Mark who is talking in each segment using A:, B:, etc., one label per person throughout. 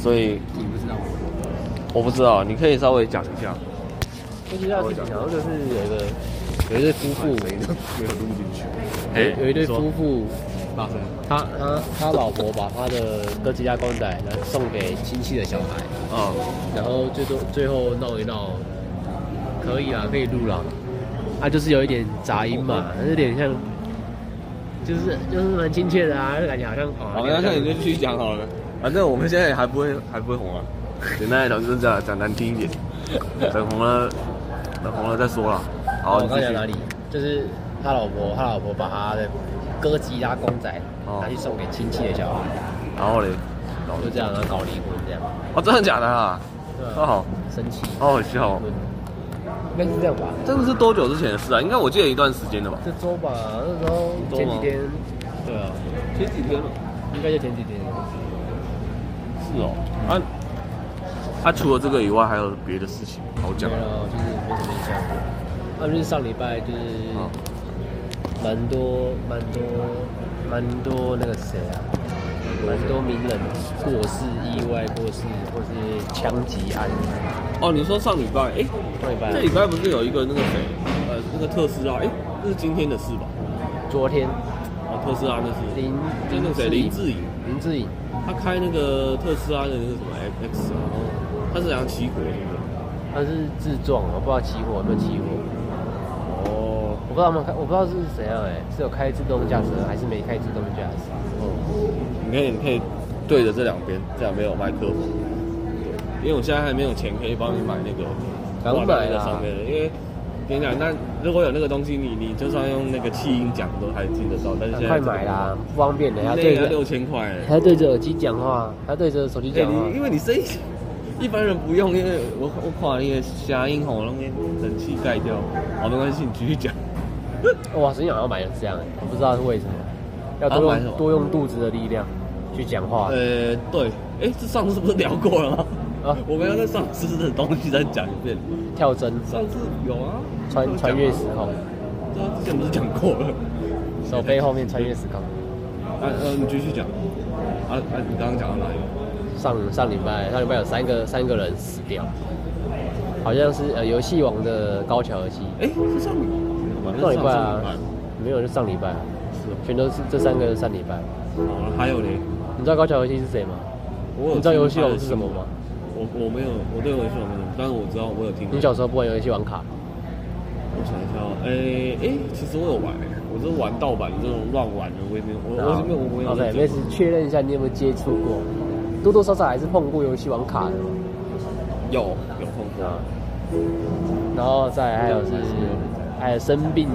A: 所以
B: 你不知道吗？
A: 我不知道，你可以稍微讲一下。
C: 我比较想到就是有一个有一对夫妇，
B: 没有录进去，
A: 哎
C: 有一对夫妇，
B: 发生
C: 他他他老婆把他的哥吉拉公仔然后送给亲戚的小孩，
A: 啊，
C: 然后最多最后闹一闹，可以啊，可以录了，啊，就是有一点杂音嘛，有点像，就是就是蛮亲切的啊，就感觉好像哦，
B: 好，那那你就继续讲好了。
A: 反正我们现在还不会还不会红啊。简单来讲就是这样，讲难听一点，等红了，等红了再说啦。好，
C: 哦我
A: 你
C: 刚
A: 继
C: 讲
A: 续
C: 哪里？？就是他老婆，他老婆把他的哥吉拉公仔
A: 哦
C: 拿去送给亲戚的小孩，
A: 然后嘞，然后
C: 就这样，然啊后搞离婚这样，
A: 哦，真的假的啊？
C: 对啊
A: 哦好，
C: 生气，
A: 好好笑哦。
C: 应该是这样吧？
A: 这个是多久之前的事啊？应该我记得一段时间了吧？
C: 这周吧，那时候
A: 周
C: 前
A: 吗
C: 几天，对啊，
B: 前几天了，
C: 应该就前几天。
A: 是哦。啊，啊，除了这个以外，还有别的事情好讲
C: 没
A: 吗。
C: 有，就是没什么印象。那就是上礼拜就是
A: 嗯
C: 蛮多蛮多蛮多那个谁啊，蛮多名人过世、意外过世或是枪击案。
A: 哦，你说上礼拜，哎，
C: 上礼拜啊
A: 这礼拜不是有一个那个谁，呃，那个特斯拉，哎，那是今天的事吧？
C: 昨天
A: 哦，特斯拉那是
C: 林
A: 就那个谁林志颖，
C: 林志颖
A: 他开那个特斯拉的那个什么 X 啊，然后他是想起火的那个。
C: 他是自撞，啊我不知道起火有没有起火，
A: 哦，
C: 我不知道他们开，我不知道是怎样哎、是有开自动驾驶还是没开自动驾驶？
A: 哦你可以，你可以对着这两边，这两边有麦克风。对，因为我现在还没有钱可以帮你买那个
C: 赶快
A: 挂在
C: 买
A: 那
C: 啊
A: 上面的，因为跟你讲，那如果有那个东西，你你就算用那个气音讲都还听得到，但是现在
C: 快买啦，不方便的，
A: 这个，
C: 要
A: 那
C: 对
A: 也要六
C: 着
A: 千块欸。
C: 还要对着耳机讲话，还要对着手机
A: 对
C: 讲话
A: 哎你，。因为你声音一般人不用，因为我我看那个声音吼，那边整气盖掉。好，没关系，你继续讲。
C: 哇，神想要买成这样哎，我不知道是为什么，要
A: 要
C: 多
A: 买什么
C: 用多用肚子的力量去讲话。
A: 呃，对，哎，这上次不是聊过了吗？
C: 啊
A: 我们要在上次的东西再讲一遍。
C: 跳针
A: 上次有啊，
C: 穿
A: 有讲啊
C: 穿越时空，
A: 对啊，之前不是讲过了？
C: 手背 后面穿越时空。
A: 啊呃，你继续讲。啊啊，你刚刚讲到哪里？
C: 上上礼拜上礼拜有三个三个人死掉，好像是呃游戏王的高桥游戏，
A: 哎，是上礼拜，
C: 上礼拜
A: 上
C: 啊，没有就上礼拜啊，
A: 是哦
C: 全都是这三个人上礼拜。
A: 好了，还有嘞，
C: 你知道高桥游戏是谁吗？
A: 我有
C: 你知道
A: 听
C: 游戏
A: 他的
C: 王是什
A: 新
C: 么
A: 闻
C: 吗？？
A: 我我没有，我对游戏王没有，但是我知道我有听过。
C: 你小时候不玩游戏王卡吗？
A: 我想一下哦，哎、哎、其实我有玩、哎，我是玩盗版这种乱玩的，我也没有，我我是没有，我没有
C: 好啊哦对，
A: 认
C: 没
A: 真
C: 事
A: 玩。，
C: 确认一下你有没有接触过，多多少少还是碰过游戏王卡的嘛。
A: 有有碰过，
C: 啊，然后再还有是，还有生病，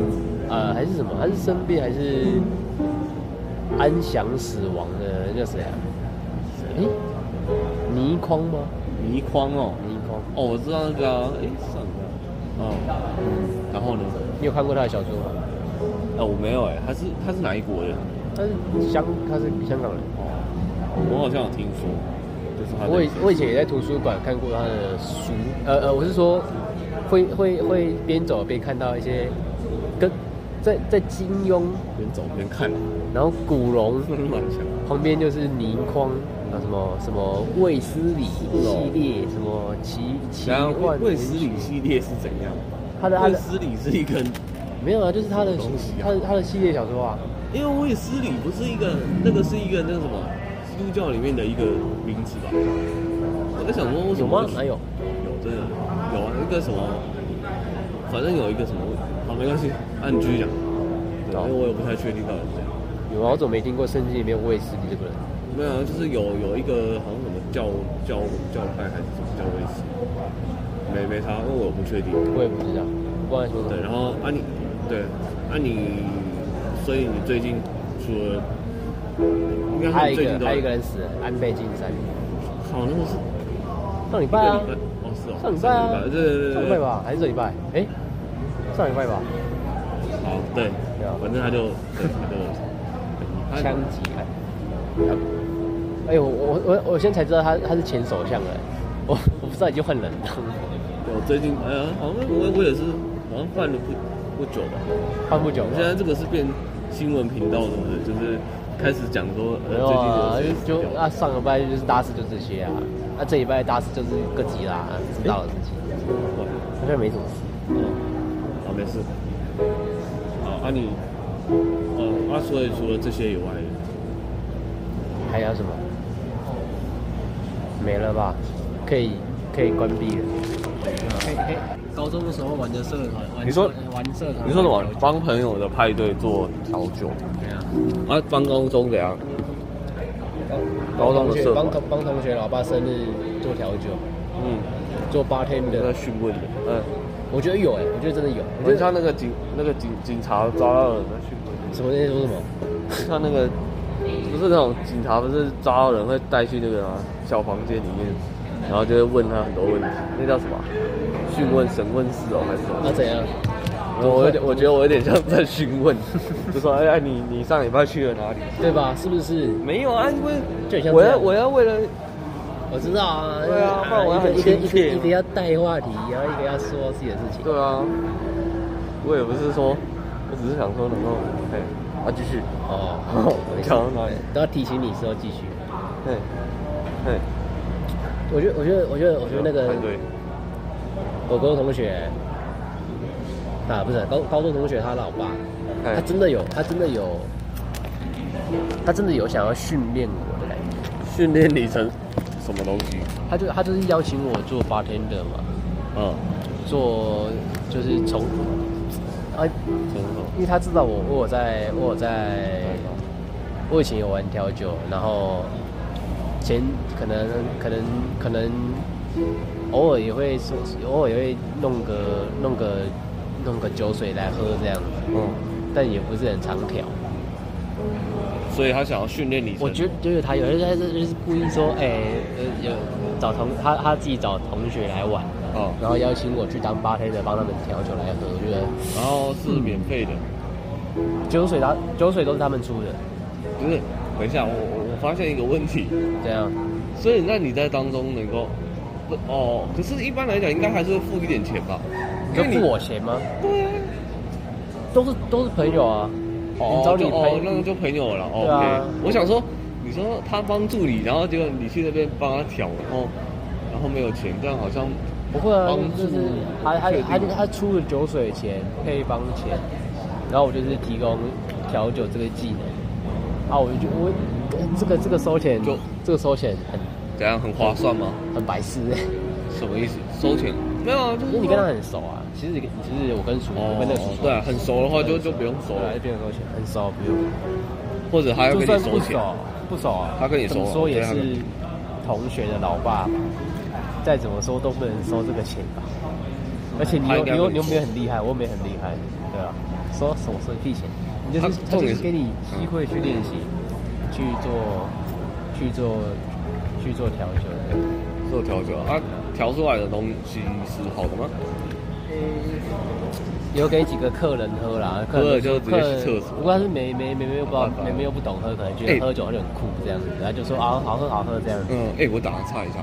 C: 呃，还是什么？还是生病还是安详死亡的那个谁啊？诶，倪匡吗？
A: 倪匡哦，
C: 倪匡，
A: 哦，我知道那个、啊，哎、上一个啊，哦，嗯然后呢？
C: 你有看过他的小说吗？
A: 哦，我没有哎、他是他是哪一国人？
C: 他是香，他是香港人。
A: 我好像有听说，就是哦他在
C: 我以我以前也在图书馆看过他的书，呃呃，我是说会会会边走边看到一些跟在在金庸，
A: 边走边看，
C: 然后古龙
A: 真的蛮强。
C: 旁边就是倪匡，啊什么什么卫斯理系列，什么奇奇
A: 哦然后
C: 幻
A: 卫
C: 文
A: 斯
C: 学
A: 理系列是怎样？
C: 他的他
A: 卫
C: 的
A: 斯理是一个
C: 没有啊，就是他的
A: 什么东西啊
C: 他的他的系列小说啊，
A: 因为卫斯理不是一个，那个是一个那个什么基督教里面的一个名字吧？我在想说为什
C: 有
A: 么
C: 吗？哪有？
A: 有真的有啊，一个什么，反正有一个什么，好没关系，按居讲，对，
C: 好
A: 因为我也不太确定到底是怎样。
C: 有啊，我怎么没听过圣经里面有卫斯理这个人？
A: 没有啊，就是有有一个好像什么教教教派还是什么教卫斯理，没没差，因为我不确定。
C: 我也不知道，不知道在说什
A: 对，
C: 么。
A: 然后啊你，对啊你，所以你最近除了，应该
C: 还
A: 是
C: 有
A: 你最
C: 一
A: 近
C: 个
A: 都
C: 还有一个人死了，安倍晋三，
A: 好像是
C: 上礼
A: 一个
C: 拜
A: 礼
C: 啊，
A: 拜，哦是哦，
C: 上礼拜啊，
A: 对对对对，
C: 上礼拜吧，还是这礼拜？哎，上礼拜吧，
A: 好，对
C: 对啊，
A: 反正他就对他 就他
C: 枪击案。哎，我我我我现在才知道他他是前首相了，我我不知道已经换人了。
A: 我最近呃，好像我我也是，好像换了不不久吧。
C: 看不久
A: 我
C: 吗
A: 们现在这个是变新闻频道，是不是？就是开始讲说，
C: 没
A: 呃，
C: 有啊，
A: 最近
C: 就
A: 有
C: 就啊，上礼拜就是大事就这些啊，那、这礼拜大事就是各级啦，知道的事情，好像没什么事。
A: 哦好，没事。好，啊你，哦，啊，所以除了这些以外，
C: 还有什么？没了吧？可以可以关闭了。
D: 高中的时候玩的社团，玩
A: 你说
D: 玩社团，
A: 你说什么？帮朋友的派对做调酒？
D: 对啊，
A: 啊，帮高中怎样？高中的社团
C: 帮同帮同学老爸生日做调酒，
A: 嗯，
C: 做 bartend
A: 在
C: 的，
A: 询问的，嗯，
C: 我觉得有哎、我觉得真的有。
A: 我像那个警那个警警察抓到人在询问，
C: 什么那些说什么？
A: 像那个不是那种警察不是抓到人会带去那个吗小房间里面，然后就会问他很多问题，那叫什么啊？讯问、审问室哦，还是什么？
C: 那、啊怎样？
A: 我有点，我觉得我有点像在询 问，就说哎、哎你你上礼拜去了哪里？
C: 对吧？是不是？
A: 没有啊，因为
C: 就很像
A: 我
C: 这
A: 要
C: 样
A: 我要为了
C: 我知道啊，
A: 对啊不然我要很
C: 一个一
A: 亲
C: 个
A: 切
C: 一个一个要带话题，然后一个要说自己的事情。
A: 对啊，我也不是说，我只是想说能够哎啊继续，
C: 哦
A: 讲到哪里
C: 都要提醒你说继续。
A: 哎哎，
C: 我觉得，我觉得，我觉得，我觉得那
A: 哎
C: 个
A: 对，
C: 我高中同学，啊，不是高高中同学，他老爸，他
A: 哎
C: 真的有，他真的有，他真的有想要训练我的感觉。
A: 训练里程什么东西？
C: 他就他就是邀请我做 bartender 嘛，
A: 嗯，
C: 做就是从啊，
A: 真好，
C: 因为他知道我我有在我有在，嗯我以前有玩调酒，然后前可能可能可能偶尔也会说，偶尔也会弄个弄个弄个酒水来喝这样子，
A: 嗯，
C: 但也不是很常调。
A: 所以他想要训练里程，
C: 我觉得就是他有人他是就是故意说，哎、呃，有找同他他自己找同学来玩，
A: 哦，
C: 然后邀请我去当八天的，帮他们调酒来喝。我觉得
A: 然后是免费的，
C: 酒水他酒水都是他们出的，
A: 不是，等一下我我我发现一个问题，
C: 这样
A: 所以那你在当中能够，不哦，可是一般来讲应该还是会付一点钱吧？
C: 就
A: 因为你
C: 付我钱吗？
A: 对啊，
C: 都是都是朋友啊，
A: 哦
C: 你找
A: 就
C: 你
A: 哦
C: 朋
A: 那
C: 友
A: 个就朋友了哦
C: 对啊
A: OK，我想说，你说他帮助你，然后结果你去那边帮他调，然后然后没有钱，这样好像
C: 不会啊
A: 帮助，
C: 就是他他
A: 确定
C: 他他出了酒水钱、配方钱，然后我就是提供调酒这个技能啊，我就觉得我哎这个这个收钱
A: 就
C: 这个收钱很
A: 怎样很划算吗？
C: 很白痴、欸
A: 什么意思？收钱？没有啊，就是
C: 因嗯为你跟他
A: 说
C: 很熟啊，其实你其实我跟叔，我跟那个叔
A: 哦，对啊，很熟的话就就不用收
C: 熟
A: 了
C: 就，变成收钱，很熟不用。
A: 或者他要
C: 就
A: 跟
C: 算
A: 你收
C: 不熟
A: 钱，，
C: 不熟啊，
A: 他跟你
C: 怎么
A: 熟啊
C: 说
A: 对
C: 也
A: 他跟
C: 是
A: 你
C: 同学的老爸，再怎么说都不能收这个钱吧。而且你
A: 他应
C: 又
A: 该
C: 你又
A: 跟你
C: 你又
A: 熟
C: 没有很厉害，我又没有很厉害，对吧、收什么收屁钱？你就
A: 他
C: 是
A: 重
C: 他就
A: 点
C: 是
A: 是
C: 给你机会去练习，去做去做去做调酒的。
A: 做调酒啊，调出来的东西是好的吗？
C: 有给几个客人喝啦，客
A: 喝
C: 人
A: 了就直接去厕所
C: 不过他是没没没没有不知道
A: 没办法
C: 没没有不懂喝，可能觉
A: 哎
C: 得喝酒好像很酷这样子，然后就说啊好喝好喝这样子。
A: 嗯，哎、我打个岔一下，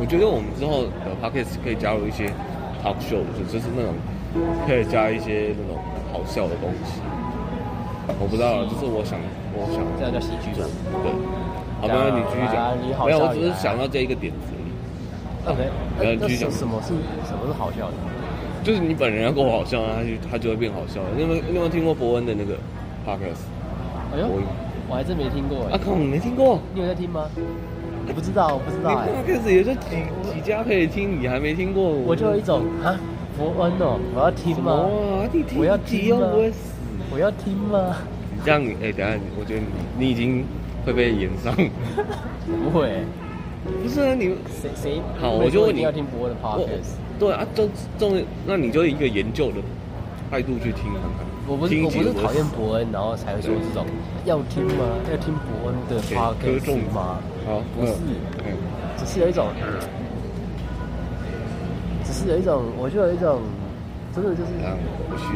A: 我觉得我们之后的 podcast 可以加入一些 talk show，就就是那种可以加一些那种好笑的东西。我不知道，啊就是我想，我想
C: 这样叫喜剧吗
A: 对，好，没关系，你继续
C: 来啊
A: 讲。
C: 你好
A: 没有，
C: 笑
A: 我只
C: 你
A: 是
C: 来啊
A: 想到这一个点子而已，
C: ？OK，
A: 然后
C: 那
A: 你
C: 那
A: 呃继续讲
C: 什什么是什么是好笑的？
A: 就是你本人要够好笑，他就他就会变好笑。你有没有你有没有听过伯恩的那个 podcast？
C: 哎呦
A: 我，
C: 我还真没听过
A: 啊
C: 哎，，
A: 靠，你没听过？
C: 你有在听吗？我不知道，我不知
A: 你
C: 道哎，
A: podcast 也就几几家可以听，你还没听过？
C: 我就有一种啊，伯恩哦，我要听
A: 什么
C: 吗？
A: 啊？你听
C: 我要
A: 一集
C: 听
A: 又
C: 吗
A: 不会死。
C: 我要听吗？
A: 你这样，哎、等一下，你我觉得你你已经会被延 上。
C: 不会，
A: 不是啊，你
C: 谁谁
A: 好我
C: 会
A: 就
C: 说
A: 问
C: 一定
A: 你
C: 要听伯恩的 podcast。
A: 对啊，重重点，那你就以一个研究的态度去听看看。
C: 我不是
A: 听
C: 我
A: 几
C: 不是
A: 集
C: 讨厌伯恩，然后才会说这种要听吗？要听伯恩的
A: 给
C: podcast 吗？
A: 好，
C: 不是
A: 嗯嗯
C: 只是有一种，只是有一种，我就有一种，真的就是
A: 这样不屑。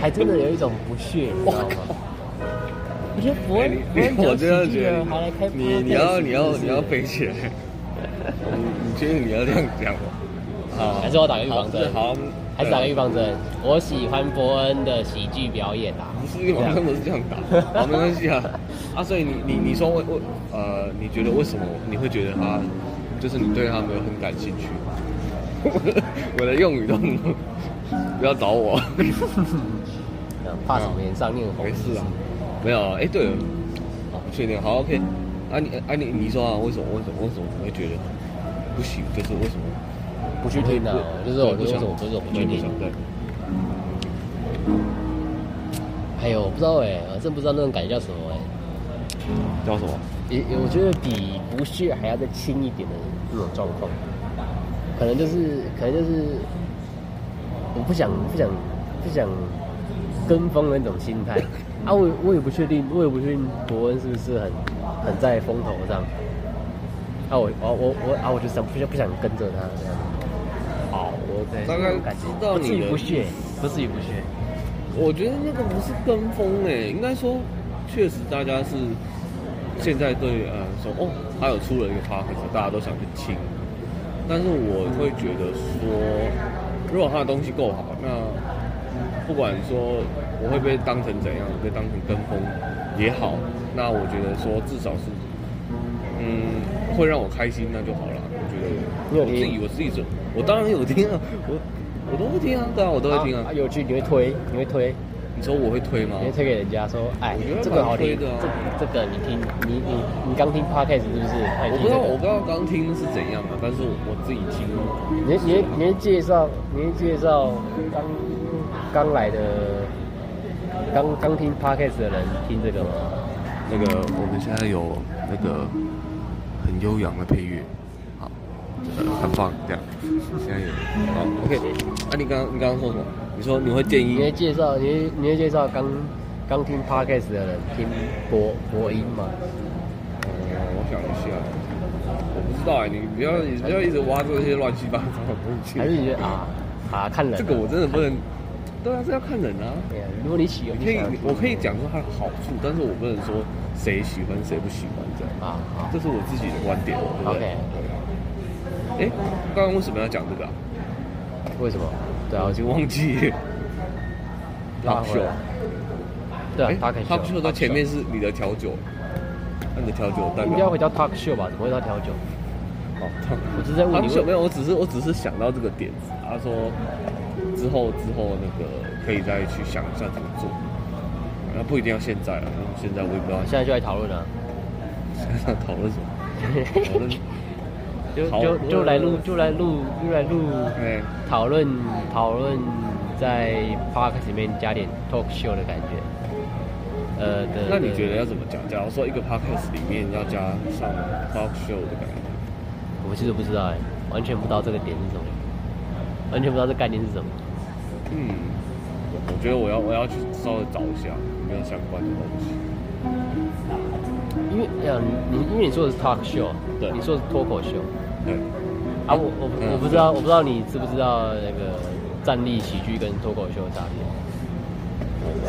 C: 还真的有一种不屑，你知道吗？我觉得伯
A: 哎
C: 恩
A: 你，
C: 伯恩
A: 你我
C: 讲
A: 真的
C: 喜剧
A: 觉
C: 的
A: 得
C: 还来开
A: 你你
C: podcast，
A: 要你要
C: 是不是
A: 你要背起来。你你确定你要这样讲吗？好
C: 还是我打个预防针
A: 好，好嗯像
C: 还是打个预防针。我喜欢伯恩的喜剧表演啊，
A: 不是，网上不是这样打， 好，没关系啊。啊，所以你你你说为为呃，你觉得为什么你会觉得他，就是你对他没有很感兴趣？ 我的用语都很不要找我，
C: 这样怕什么？脸上念红
A: 没。事啊，没有啊。哎、对了，哦，不确定，好，OK。啊你啊你你说啊，为什么为什么为什么你会觉得不行？就是为什么
C: 不去听啊，就是我
A: 对
C: 就是我就是我不去听。
A: 想对，
C: 哎呦，我不知道哎、我真不知道那种感觉叫什么哎、
A: 叫什么？
C: 也也我觉得比不屑还要再轻一点的那种状况，可能就是可能就是我不想不想不想跟风的那种心态啊，我也我也不确定，我也不确定伯恩是不是很很在风头上，啊我我我我啊我就想不想不想跟着他这样，
A: 好，我
C: 对，
A: 大
C: 这
A: 概
C: 种感觉
A: 知道
C: 不至
A: 你
C: 于
A: 的
C: 不屑，不至于不屑，
A: 我觉得那个不是跟风诶、应该说，确实大家是现在对呃说哦，他有出了一个 p o d c a s 大家都想去听。但是我会觉得说，如果他的东西够好，那不管说我会被当成怎样，被当成跟风也好，那我觉得说至少是，嗯，会让我开心，那就好了。我觉得我
C: 你有听
A: 自己我自己准，我当然有听啊，我我都会听啊，对啊，我都会听啊
C: 啊，有句你会推你会推。
A: 你说我会推吗
C: 直？接推给人家说，哎
A: 我觉，得
C: 这个好
A: 蛮
C: 听，
A: 推的啊
C: 这这个你听，你你你刚听 podcast 是不是？那
A: 我
C: 你
A: 不知道，
C: 听这
A: 我不知
C: 个
A: 道刚听是怎样的，但是我自己听，
C: 你会你会你会介绍，你会介绍刚刚来的，刚刚听 podcast 的人听这个吗？
A: 那个我们现在有那个很悠扬的配乐，好，呃，很棒，这样，现在有，好，OK。啊，你刚刚你刚刚说什么？你说你会建
C: 你会
A: 议？
C: 介绍，你会你会介绍刚刚听 podcast 的人听播播音吗？嗯
A: 呃我想一下，我不知道哎，你不要你不要一直挖这些乱七八糟的东西。
C: 还是你觉得啊啊看人 啊？
A: 这个我真的不能，对啊，这要看人啊。
C: 对啊如果你喜欢，
A: 你可以
C: 你，
A: 我可以讲出它的好处，但是我不能说谁喜欢谁不喜欢这样。
C: 啊，好
A: 这是我自己的观点，对不对
C: OK
A: 对啊哎，刚刚为什么要讲这个啊？
C: 为什么？对啊，
A: 我
C: 我
A: 已
C: 就
A: 经忘 记。
C: 拉回来。对啊
A: 哎
C: ，talk
A: ，talk show
C: show，
A: 到前面是你的调酒，那你的调酒代
C: 应该
A: 表
C: 会叫 talk show 吧？怎么会叫调酒？
A: 哦，talk，
C: 我只是在问你
A: talk show 没有，我只是我只是想到这个点子，他说之后之后那个可以再去想一下怎么做，那不一定要现在了，因为现在我也不知道
C: 现在就来讨论啊，
A: 现在讨论 什么，讨论
C: 就
A: 讨
C: 就
A: 论
C: 就来录，就来录，就来录
A: 哎，
C: 讨论讨论在 park 里面加点 talk show 的感觉。呃的，
A: 那你觉得要怎么讲？假如说一个 podcast 里面要加上 talk show 的感觉？
C: 我其实不知道哎、完全不知道这个点是什么，完全不知道这概念是什么。
A: 嗯，我我觉得我要我要去稍微找一下有没有相关的东西。
C: 因为哎呀，你你因为你说的是 talk show，
A: 对
C: 你说的是脱口秀
A: 对，
C: 啊，我我不
A: 嗯
C: 我不知道，我不知道你知不知道那个站立喜剧跟脱口秀的差别。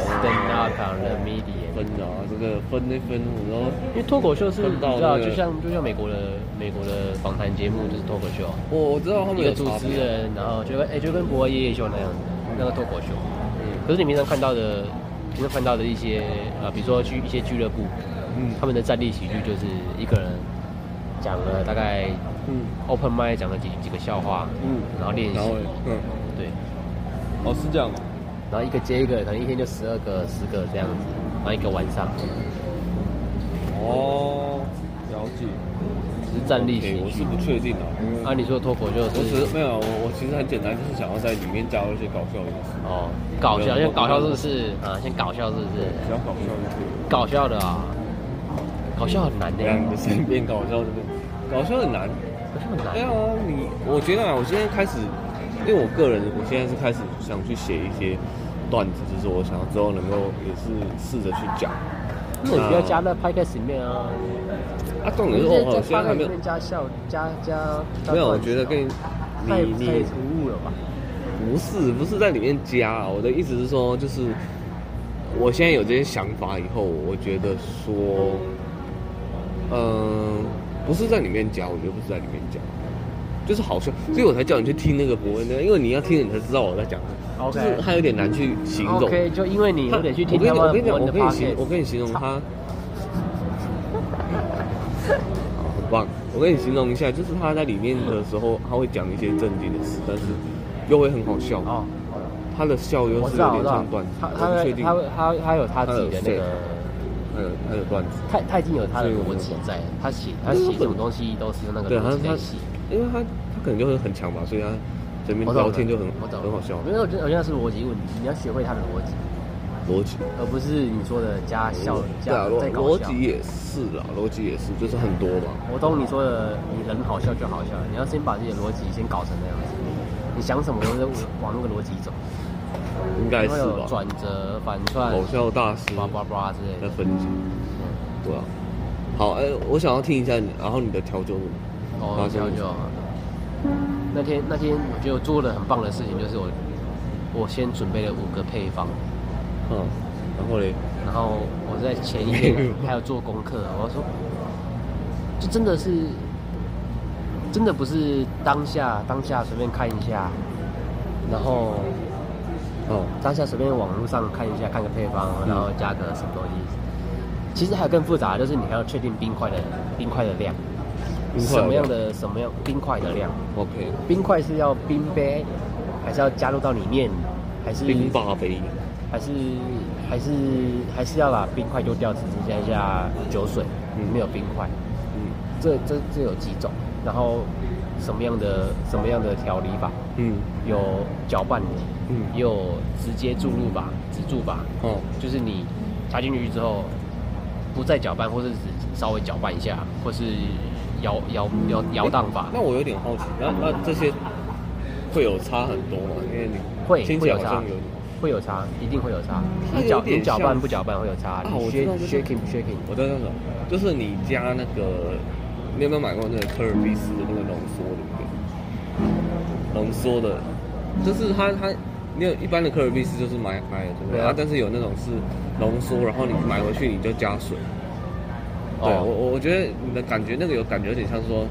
C: Stand up comedy。
A: 分啊，这个分那分，我都
C: 因为脱口秀是，
A: 分
C: 你
A: 到
C: 知道，
A: 那个
C: 就像就像美国的美国的访谈节目就是脱口秀，
A: 我我知道他们
C: 一
A: 有
C: 个主
A: 差
C: 持
A: 别，
C: 人，然后就跟哎、就跟博爷爷秀那样子，那个脱口秀。
A: 嗯
C: 可是你平常看到的，平常看到的一些呃，比如说去一些俱乐部，
A: 嗯
C: 他们的站立喜剧就是一个人讲了大概
A: 嗯
C: open m i 讲了几几个笑话，
A: 嗯
C: 然后练习
A: 然，后嗯，
C: 对，
A: 哦是这样吗？
C: 然后一个接一个，可能一天就十二个、十个这样子，然后一个晚上，
A: 哦，了解。
C: 只是站立喜
A: OK，我是
C: 剧。
A: 不确定啊，因为
C: 啊，你说脱口秀
A: 我只
C: 是
A: 是没有，啊我我其实很简单，就是想要在里面加入一些搞笑元素，
C: 哦，搞笑，先搞笑是不是？啊，先搞笑是不是？
A: 比较搞笑就可以了。
C: 搞笑的啊，搞笑很难的、
A: 让你的身边搞笑这个，搞笑很难。
C: 搞笑很
A: 没有
C: 难。
A: 啊，你我觉得啊，我现在开始，因为我个人，我现在是开始想去写一些段子，就是我想要之后能够也是试着去讲。
C: 那你不要加在 podcast 里面啊，
A: 啊，重点是我我
C: 在
A: 现在还没
C: podcast 里
A: 有，
C: 面加笑加加。加
A: 没有，我
C: 段子啊
A: 觉得跟你
C: 太
A: 你
C: 太
A: 你
C: 突兀了吧？
A: 不是不是在里面加啊，我的意思是说，就是我现在有这些想法以后，我觉得说，呃嗯、不是在里面加，我觉得不是在里面加，就是好笑，所以我才叫你去听那个伯恩的，因为你要听了你才知道我在讲什么。
C: OK
A: 就是他有点难去形容。
C: OK，就因为你有点去听
A: 我跟
C: 他
A: 你我
C: 们
A: 跟你讲，我
C: 我
A: 跟你
C: 们的
A: 形
C: podcast，
A: 我跟你形容他，好很棒。我跟你形容一下，就是他在里面的时候，他会讲一些正经的事，但是又会很好笑。
C: 哦，
A: 他的笑又
C: 我
A: 是
C: 知
A: 有
C: 道我
A: 点
C: 知道
A: 像段子，，
C: 他
A: 我
C: 他
A: 不确
C: 会
A: 定。
C: 他会他他有他自己的那
A: 他
C: 个
A: 有，他有他有段子，
C: 他他已经有他的
A: 所以我
C: 逻辑在了，他写他写这种东西都是用那个
A: 对他
C: 逻辑
A: 他
C: 在写。，
A: 因为他他可能就是很强吧，所以他这边
C: 我懂
A: 聊天就很
C: 我懂，
A: 很好笑
C: 因，为我觉得我觉得是逻辑问题，你要学会他的逻辑，
A: 逻辑。
C: 而不是你说的加笑
A: 对啊
C: 加，
A: 逻
C: 再搞
A: 逻
C: 笑。
A: 辑也是啦，逻辑也是，就是很多嘛。
C: 我懂你说的，你人好笑就好笑，你要先把自己的逻辑先搞成那样子，你想什么都是往那个逻辑走，
A: 应该
C: 你
A: 是
C: 会有
A: 吧
C: 转？折、反串、
A: 搞笑大师
C: 叭叭叭之类
A: 在
C: 的。
A: 分享，对啊。好，哎、我想要听一下你，然后你的调酒是什么？
C: 哦，
A: 调
C: 调酒。那天那天我觉得我做了很棒的事情，就是我我先准备了五个配方，
A: 嗯，然后嘞，
C: 然后我在前一天还有做功课，啊我说，就真的是，真的不是当下当下随便看一下，然后
A: 哦，
C: 当下随便网络上看一下，看个配方，
A: 嗯
C: 然后加个什么东西。其实还有更复杂，就是你还要确定冰块的冰块的量，
A: 冰块的量
C: 什么样的什么样冰块的量，
A: ，OK，
C: 冰块是要冰杯，还是要加入到里面，还是
A: 冰霸杯，
C: 还是还是还是要把冰块丢掉，只剩下一下酒水，
A: 嗯
C: 没有冰块。
A: 嗯
C: 这这这有几种，然后什么样的什么样的调理法？
A: 嗯，
C: 有搅拌的，
A: 嗯
C: 也有直接注入法、止住法，
A: 哦，
C: 就是你插进去之后不再搅拌，或是只稍微搅拌一下，或是摇摇摇
A: 嗯
C: 摇荡法。
A: 那我有点好奇，那那这些会有差很多吗？因为你
C: 会
A: 听起
C: 会
A: 来
C: 有
A: 好
C: 差
A: 像有点，
C: 会有差，一定会有差。
A: 它
C: 你
A: 有
C: 搅
A: 点
C: 你搅
A: 像
C: 拌不搅拌会有差，
A: 啊
C: 你
A: 我
C: shake
A: 知道就是
C: shaking 不 shaking
A: 我知道那种，就是你加那个，你有没有买过那个科尔必斯的那个浓缩的那个浓缩的，就是它它，你有一般的科尔必斯就是买买了对不对？
C: 对啊
A: 啊，但是有那种是浓缩，然后你买回去你就加水。
C: 哦
A: 对我我我觉得你的感觉那个有感觉有点像说，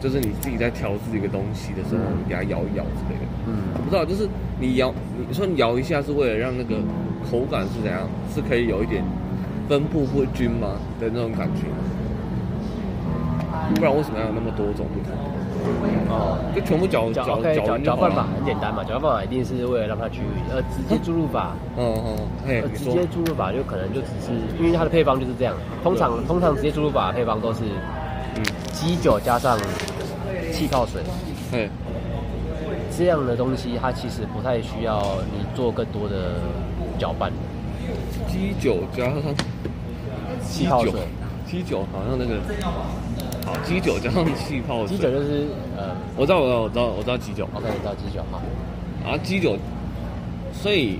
A: 就是你自己在调制一个东西的时候，
C: 嗯
A: 你给它摇一摇之类的。
C: 嗯，
A: 不知道，就是你摇，你说你摇一下是为了让那个口感是怎样，是可以有一点分布不均吗的那种感觉？不然为什么要有那么多种不同？
C: 哦。
A: 就全部搅
C: 搅
A: 搅
C: OK
A: 搅
C: 搅
A: 匀
C: 搅
A: 就好
C: 拌法
A: 了。
C: 很简单嘛，搅拌法一定是为了让它均匀，而直 接注入法，
A: 嗯嗯，嘿
C: 呃，
A: 你
C: 直
A: 说
C: 接注入法就可能就只是因为它的配方就是这样，通常通常直接注入法的配方都是
A: 嗯，
C: 基酒加上气泡水
A: 嘿，
C: 这样的东西，它其实不太需要你做更多的搅拌，
A: 鸡酒加上
C: 气
A: 鸡
C: 泡
A: 酒
C: 水，
A: 鸡酒好像那个，好鸡酒加上气泡水，
C: 基酒就是呃
A: 我知道，我知道，我知道，我知道鸡酒。
C: OK 到基酒哈，
A: 然后鸡酒，所以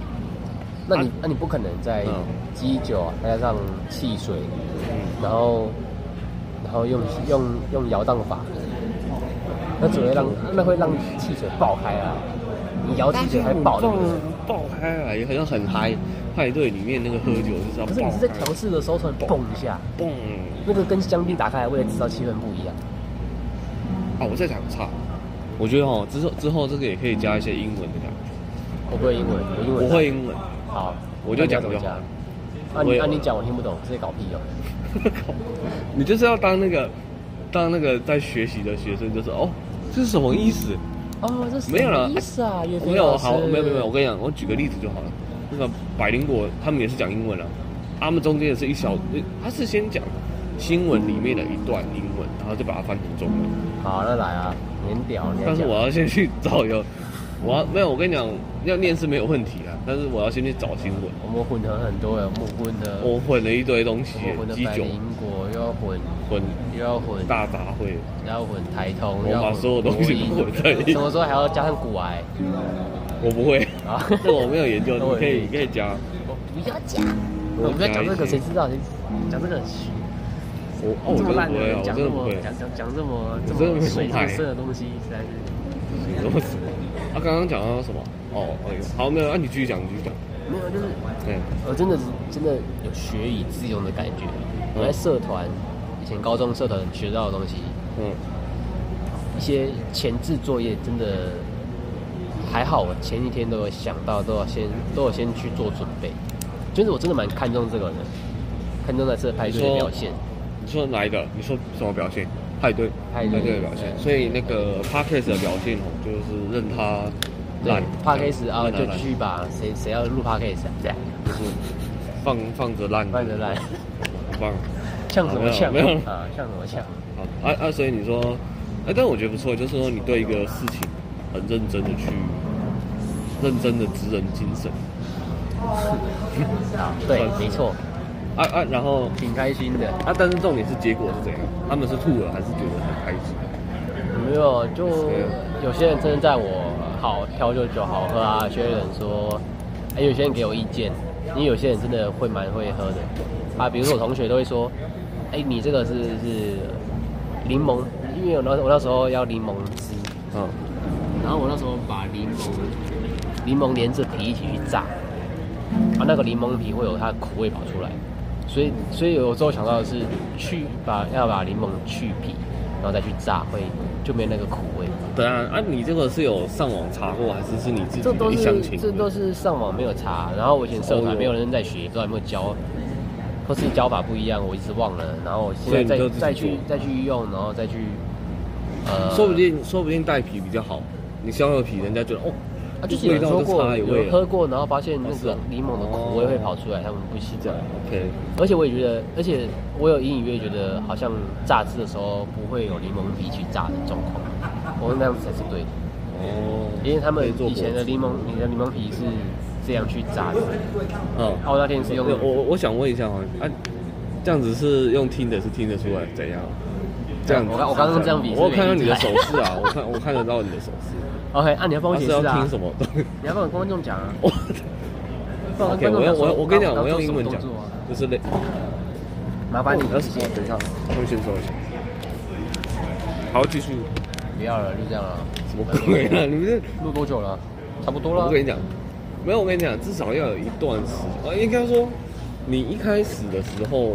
C: 那你那你不可能在
A: 嗯
C: 基酒再加上汽水，
A: 嗯
C: 然后然后用用用摇荡法，那只会让那会让汽水爆开啊！你摇汽水还爆的，
A: 嗯爆开来，好像很嗨。派对里面那个喝酒就是要
C: 可是
A: 爆
C: 你是在
A: 开，嗯
C: 调试的时候突然蹦一下，
A: 嘣！
C: 那个跟香槟打开来为了制造气氛不一样。
A: 啊，我在讲差。我觉得哦，之后之后这个也可以加一些英文的感觉。
C: 我不会英文，我英文
A: 我会，英文，
C: 好，
A: 我就讲就好
C: 那你要怎么讲啊
A: 我
C: 你
A: 也
C: 啊你讲我听不懂，这些搞屁用。
A: 靠你就是要当那个当那个在学习的学生，就是哦，这是什么意思？
C: 哦，这是
A: 没有了
C: 什么意思啊？岳飞
A: 没有
C: 老师
A: 好，没有没有没有，我跟你讲，我举个例子就好了。那个百灵果他们也是讲英文啊，他们中间也是一小，呃他是先讲新闻里面的一段英文，然后就把它翻成中文。
C: 好，那来啊，你很屌，你很啊
A: 但是
C: 屌
A: 我要先去找有，我要没有，我跟你讲，要念是没有问题啊，但是我要先去找新闻。
C: 我们混合很多人，我们混的，
A: 我混了一堆东西
C: 我们混，的
A: 鸡
C: 百
A: 酒
C: 灵果又要混，
A: 混
C: 又要混
A: 大杂烩，
C: 要混台通，
A: 我
C: 要
A: 把
C: 混
A: 所有东西都
C: 国
A: 混
C: 营
A: 在一起
C: 什么时候还要加上骨癌？
A: 我不会
C: 啊，
A: 这我没有研究，
C: 那我
A: 你可以
C: 也
A: 你可以讲。
C: 我哦不要讲，
A: 我
C: 我不要讲
A: 加
C: 这
A: 一
C: 个，
A: 些
C: 谁知道？谁讲这个很虚？
A: 我哦，我真
C: 这么
A: 的
C: 烂
A: 不
C: 的
A: 会啊，
C: 人
A: 我真
C: 讲这
A: 的不
C: 么
A: 会，
C: 讲讲讲这么这
A: 我真的
C: 么
A: 没有
C: 水
A: 牌
C: 很深的东西，实在是
A: 你跟我死。他啊刚刚讲到什么？哦，哎呦，好，没有，那你继续讲，你继续讲。哎
C: 没有，就是
A: 对，
C: 我真的是真的有学以致用的感
A: 嗯
C: 觉。我在社团以前高中社团学到的东西，
A: 嗯，
C: 一些前置作业真的还好，我前一天都有想到，都有先都有先去做准备。就是我真的蛮看重这个的，看重在这派对的表现。
A: 你说哪一个？你说什么表现？派对，
C: 派对
A: 的表现。
C: 对
A: 所以那个 podcast 的表现哦，就是任他
C: 对
A: 烂。
C: ，podcast 啊，
A: 任他
C: 就
A: 烂嗯
C: 继续吧。谁谁要录 podcast 啊？这样
A: 就是放放着烂，
C: 慢着来，
A: 放。
C: 像什么像
A: 啊没有没有
C: 啊？像什么像？
A: 好，啊啊，所以你说，哎、但我觉得不错，就是说你对一个事情很认真的去，认真的职人精神。
C: 啊，对，没错，
A: 啊啊，然后
C: 挺开心的。
A: 啊，但是重点是结果是怎样？他们是吐了还是觉得很开心？
C: 没有，就有些人真的在我好调酒酒好喝啊，有些人说，哎、有些人给我意见，因为有些人真的会蛮会喝的啊，比如说我同学都会说，哎、你这个是是柠檬，因为我那我那时候要柠檬汁，
A: 嗯，
D: 然后我那时候把柠檬，
C: 柠檬连着皮一起去炸，啊，那个柠檬皮会有它的苦味跑出来，所以所以有时候想到的是去把要把柠檬去皮，然后再去炸会就没那个苦味。
A: 对啊，啊，你这个是有上网查过，还是是你自己
C: 这都
A: 的一厢
C: 是
A: 情
C: 这
A: 愿
C: 都是上网没有查，然后我以前社团没有人在学，不知道有没有教，或是教法不一样，我一直忘了。然后我现
A: 所以
C: 在
A: 你
C: 再
A: 就自己
C: 再
A: 做
C: 去再去用，然后再去，呃，
A: 啊说不定说不定带皮比较好，你削了皮，人家觉得哦，
C: 啊，就是有人
A: 味
C: 说
A: 道
C: 过
A: 就差一
C: 有
A: 味了
C: 喝过，然后发现那
A: 是
C: 个
A: 哦
C: 柠檬的苦味会跑出来，他们不习
A: 这
C: 惯
A: 样。OK，
C: 而且我也觉得，而且我有隐隐约约觉得，好像榨汁的时候不会有柠檬皮去榨的状况，我那样子才是对的。
A: 哦，
C: 因为他们
A: 可以做
C: 以前
A: 果
C: 的
A: 汁
C: 柠檬，你的柠檬皮是这样去榨的。
A: 嗯，
C: 哦，那天是用
A: 我我我想问一下哈，啊，这样子是用听的是听得出来怎样？这样子
C: 我刚我刚刚这样比
A: 我有看到你的
C: 是
A: 手
C: 没听
A: 势啊，我看我看得到你的手 势，
C: OK，啊，你要帮我
A: 他
C: 解
A: 是要
C: 释啊
A: 听？ 什么？
C: 你要帮我观众讲啊，
A: 我
C: 不然
A: OK，
C: 观
A: 我
C: 众
A: 要
C: 想说
A: 我我跟你讲，
C: 刚
A: 我
C: 刚
A: 用
C: 做什
A: 英
C: 么
A: 文讲
C: 动作啊，
A: 就是类，
C: 麻烦你
A: 哦是等一下，我先说一下。好，继续。
C: 不要了，就这样了。
A: 什么鬼 啊？你们这
C: 录多久了？差不多
A: 我
C: 了
A: 跟。你讲，没有，我跟你讲，至少要有一段时间，呃，应该说，你一开始的时候，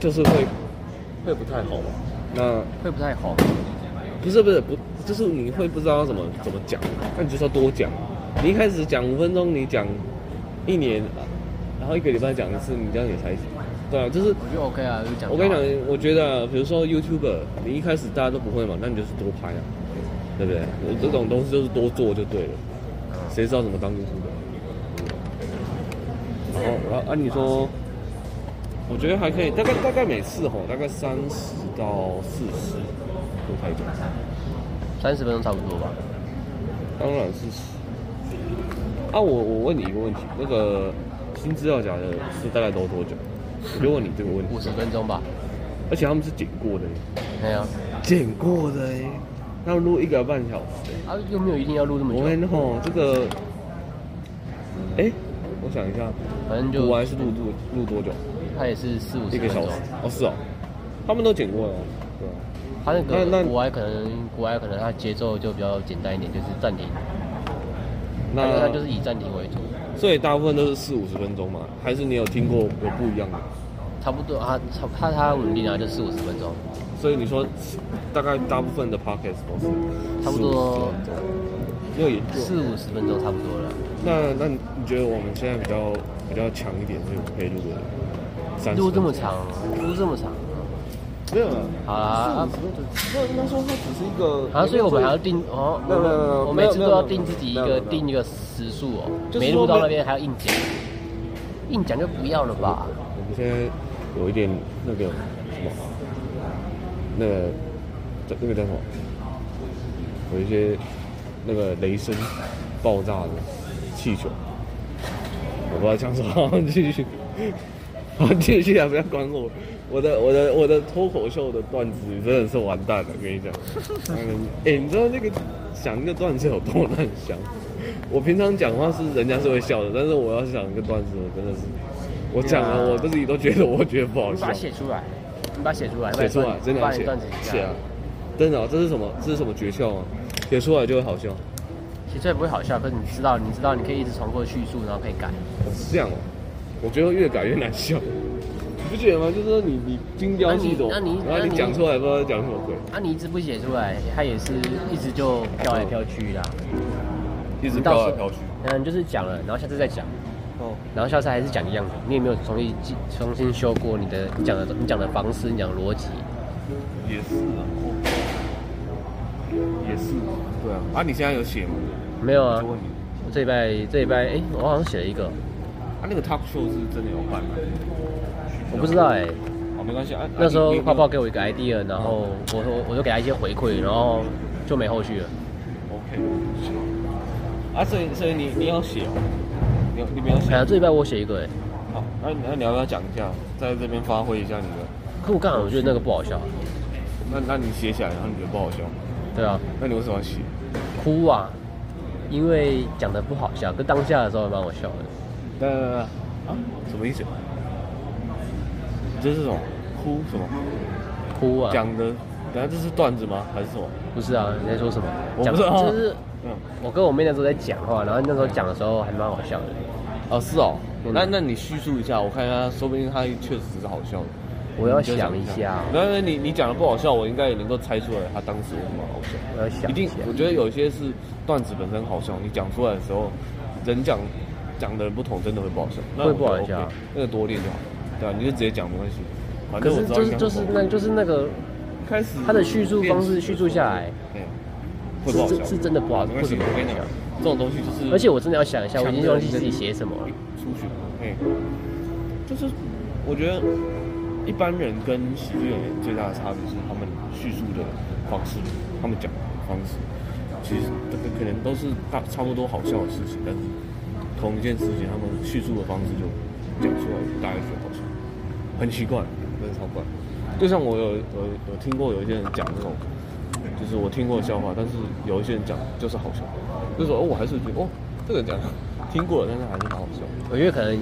A: 就是会会不太好吧？那
C: 会不太好，
A: 不是不是不，就是你会不知道怎么怎么讲，那你就是要多讲。你一开始讲五分钟，你讲一年，然后一个礼拜讲一次，你这样也才对啊。就是
C: 我觉得 OK 啊，就讲。
A: 我跟你，讲，我觉得啊比如说 YouTuber，你一开始大家都不会嘛，那你就是多拍啊，对不对？我这种东西就是多做就对了，谁知道怎么当 YouTuber？嗯然后然后啊，你说，我觉得还可以，大概大概每次吼大概三十到四十都可以讲。
C: 三十分钟差不多吧。
A: 当然是。啊，我我问你一个问题，那个新资料夹的是大概都多久？我就问你这个问
C: 五
A: 题，
C: 十分钟吧。啊
A: 而且他们是剪过的耶，
C: 没有，
A: 剪过的耶，他们录一个半小时耶。
C: 啊，又没有一定要录这么
A: 我
C: 久，
A: 们吼这个，哎、我想一下，
C: 反正就
A: 古玩是录录录多久？
C: 他也是四五
A: 一
C: 十
A: 个
C: 分
A: 小
C: 钟
A: 时。？哦，是哦，他们都剪过了哦，对啊。
C: 他那个
A: 那那
C: 国外可能国外可能他节奏就比较简单一点，就是暂停，但是他就是
A: 那
C: 以暂停为主，
A: 所以大部分都是四五十分钟嘛，还是你有听过有不一样的？
C: 差不多啊，差他他稳定啊，就四五十分钟，
A: 所以你说，大概大部分的 podcast 都是
C: 差不多
A: 45分钟没有研究。
C: 四五十分钟差不多了。
A: 那那你觉得我们现在比较比较强一点，所以我们可以录个三
C: 录这么长，录这么长，
A: 没有啊
C: 好啦，
A: 那应该说它只是一个
C: 啊，所以我们还要定哦，
A: 没有没有没有
C: 我每次
A: 没有
C: 都
A: 没
C: 要
A: 有
C: 定自己一
A: 没有
C: 个
A: 没有
C: 定一个时数哦，
A: 就是
C: 没
A: 说
C: 录到
A: 没
C: 那边还要硬讲，硬讲就不要了吧。
A: 我们现在有一点那个什么，那个叫那个叫什么，有一些那个雷声爆炸的气球，我不知道讲什么，继续，好继续啊！不要管我，我的我的我的脱口秀的段子真的是完蛋了，跟你讲，嗯，哎、你知道那个想一个段子有多难想？我平常讲话是人家是会笑的，但是我要想一个段子，我真的是，我讲了，我自己都觉得我觉得不好
C: 你
A: 笑
C: 把它。写出来，你把它写出来，
A: 写出来，真的要
C: 把你
A: 写
C: 段子，
A: 写啊！真的、啊，这是什么？这是什么诀窍啊？写出来就会好笑，
C: 写出来不会好笑，可是你知道，你知道，你可以一直重复叙述，然后可以改。
A: 是这样哦、我觉得越改越难笑。 不觉得吗？就是说你你精雕细琢，
C: 那你那你
A: 然后
C: 那
A: 你
C: 你
A: 讲出来不知道讲什么鬼，
C: 啊，你一直不写出来，他也是一直就飘来飘去啦，
A: 一直
C: 你到
A: 飘
C: 时
A: 来飘去。
C: 嗯，你就是讲了，然后下次再讲，
B: 哦，
C: 然后下次还是讲一样的，你也没有重新记重新修过你的你讲的你讲的方式，你讲的逻辑。
A: 也是啊，也是。
B: 对啊，
A: 啊，你现在有写吗？
C: 没有啊
A: 就，问你，
C: 我这礼拜这礼拜哎、我好像写了一个，
A: 啊，那个 talk show 是真的有办吗？
C: 我不知道哎、
B: 哦，没关系啊。
C: 那时候泡
B: 泡
C: 泡
B: 泡
C: 给我一个 idea，然后我我我就给他一些回馈，然后就没后续了。
A: OK，
B: 啊，所以所以你你要写哦，你有你没有写
C: 哎呀，这礼拜我写一个哎、
B: 好，那你那你要不要讲一下，在这边发挥一下你的？
C: 可我刚好我觉得那个不好笑，
A: 那那你写起来，然后你觉得不好笑，
C: 对啊，
A: 那你为什么要写？
C: 哭啊，因为讲的不好笑，可当下的时候还蛮好笑的。
A: 那啊，什么意思？你这是什么？哭什么？
C: 哭啊，
A: 讲的，等下这是段子吗？还是什么？
C: 不是啊，你在说什么？
A: 我
C: 讲
A: 不知道
C: 就是
A: 嗯，
C: 我跟我妹那时候在讲话，然后那时候讲的时候还蛮好笑的。
A: 哦，是哦。
C: 嗯
A: 那那你叙述一下，我看一下，说不定他确实是好笑的。
C: 我要
A: 你就
C: 想一下，
A: 那那你你讲的不好笑，我应该也能够猜出来他当时为什么好笑。
C: 我要想
A: 一
C: 一
A: 定
C: 下，。
A: 我觉得有些是段子本身好笑，你讲出来的时候，人讲讲的人不同，真的会不好笑。那
C: 会
A: 我
C: 不好
A: 觉得
C: 笑
A: OK，那个多练就好。对啊，你就直接讲没关系，反
C: 可
A: 正我
C: 是
A: 知道
C: 就
A: 你
C: 是
A: 讲
C: 就
A: 什
C: 是
A: 么
C: 那就是那个
A: 开始
C: 他的叙述方式叙述下来，
A: 对，会不好
C: 是
A: 笑
C: 是，是真的不好，
A: 没
C: 不
A: 关系，
C: 怎么
A: 我
C: 好
A: 跟你
C: 笑
A: 讲。，这种东西就是，
C: 而且我真的要想一下，我已经忘记自己写什么了。
A: 出去，哎，就是我觉得一般人跟喜剧演员最大的差别是他们叙述的方式，他们讲的方式，其实这个可能都是大差不多好笑的事情，但是同一件事情他们叙述的方式就讲出来，大家就觉得好笑，很奇怪，真的超怪。就像我有有有听过有一些人讲那种，就是我听过的笑话，但是有一些人讲就是好笑，就是说哦，我还是觉得哦，这个讲听过了，但是还是蛮好笑的。
C: 我觉得可能，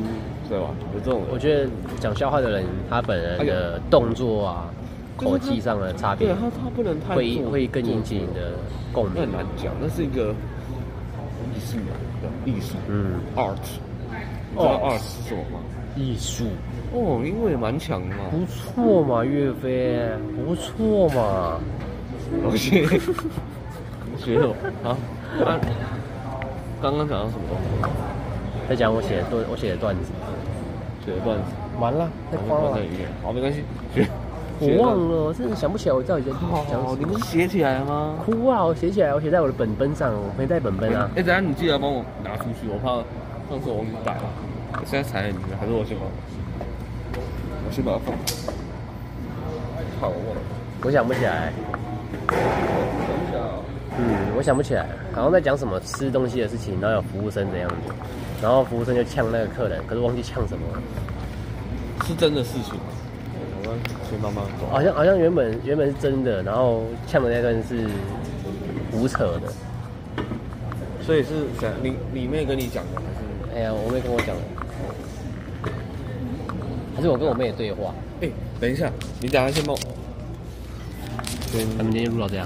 A: 对吧？有这种人，
C: 我觉得讲笑话的人，他本人的动作啊、口气上的差
A: 对
C: 别
A: 啊，，他他不能太
C: 会
A: 做
C: 会更引起你的共
A: 那
C: 鸣
A: 很。难讲，那是一个艺术啊，对吧艺术
C: 嗯，
A: art，你知道 art 是什么吗？
C: 艺术
A: 哦，英文也蛮强的嘛，
C: 不错嘛，岳飞不错嘛。
A: 我学学了啊啊！刚刚讲到什么东西？
C: 在讲我写的段，我写的段子，
A: 学段子，
C: 完了，太
A: 好
C: 夸
A: 像
C: 了
A: 在里，面，好，没关系，学。
C: 我忘了，我真的想不起来我到底在
A: 好，
C: 讲
A: 好
C: 什
A: 你不
C: 么
A: 是。写起来了吗？
C: 哭啊！我写起来，我写在我的本本上，我没带本本啊
A: 哎、。等一下你记得帮我拿出去，我怕上次我忘记带了。我现在才你还是我先把我先把它放。好，我忘了。
C: 我想不起来。嗯，我想不起来，好像在讲什么吃东西的事情，然后有服务生这样子，然后服务生就呛那个客人，可是忘记呛什么了，
A: 是真的事情。我们先慢慢走。
C: 好像好像原本原本是真的，然后呛的那段是胡扯的。
A: 所以是想你你妹跟你讲的还是？
C: 哎呀，我妹跟我讲的，还是我跟我妹的对话，
A: 哎、等一下，你等一下先帮我。先
C: 咱们今天就录到这样。